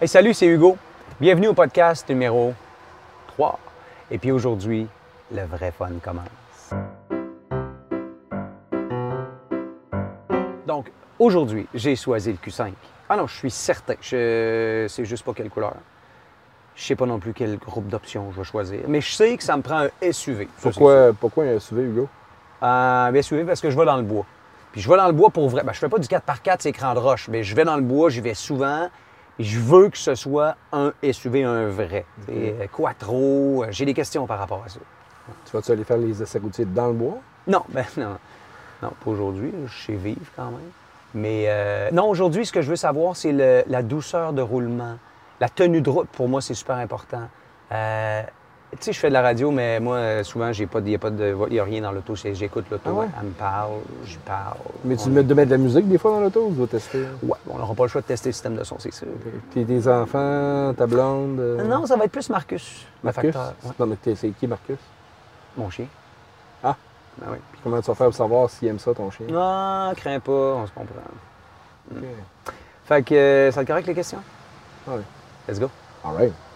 Hey, salut, c'est Hugo. Bienvenue au podcast numéro 3. Et puis aujourd'hui, le vrai fun commence. Donc, aujourd'hui, j'ai choisi le Q5. Ah non, je suis certain. Je sais juste pas quelle couleur. Je sais pas non plus quel groupe d'options je vais choisir. Mais je sais que ça me prend un SUV. Ça, c'est sûr. Pourquoi, pourquoi un SUV, Hugo? Euh, bien suivi parce que je vais dans le bois. Puis je vais dans le bois pour vrai. Ben, je fais pas du 4x4, c'est écran de roche, mais je vais dans le bois, j'y vais souvent. Puis Je veux que ce soit un SUV, un vrai. C'est euh, quattro. euh, J'ai des questions par rapport à ça. Tu vas-tu aller faire les essais routiers dans le bois? Non, ben non. Non, pas aujourd'hui. là, Je sais vivre quand même. Mais euh, non, aujourd'hui, ce que je veux savoir, c'est le- la douceur de roulement. La tenue de route, pour moi, c'est super important. Euh, tu sais, je fais de la radio, mais moi, euh, souvent, j'ai pas, de- y a pas de, y a rien dans l'auto. C'est- J'écoute l'auto, Ah ouais? elle me parle, j'y parle. Mais tu On- mets de mettre de la musique des fois dans l'auto ou tu vas tester? Ouais, on n'aura pas le choix de tester le système de son, c'est sûr. Tes, tes enfants, ta blonde? euh, Non, ça va être plus Marcus, le Marcus? facteur. Ouais, Non, mais t'es- c'est qui, Marcus? Mon chien. Ah. Ben oui. Puis comment tu vas faire pour savoir s'il aime ça, ton chien? Non, Ah, crains pas, on se comprend. OK. Fait que, euh, ça te correct les questions? Ouais. Let's go. All right.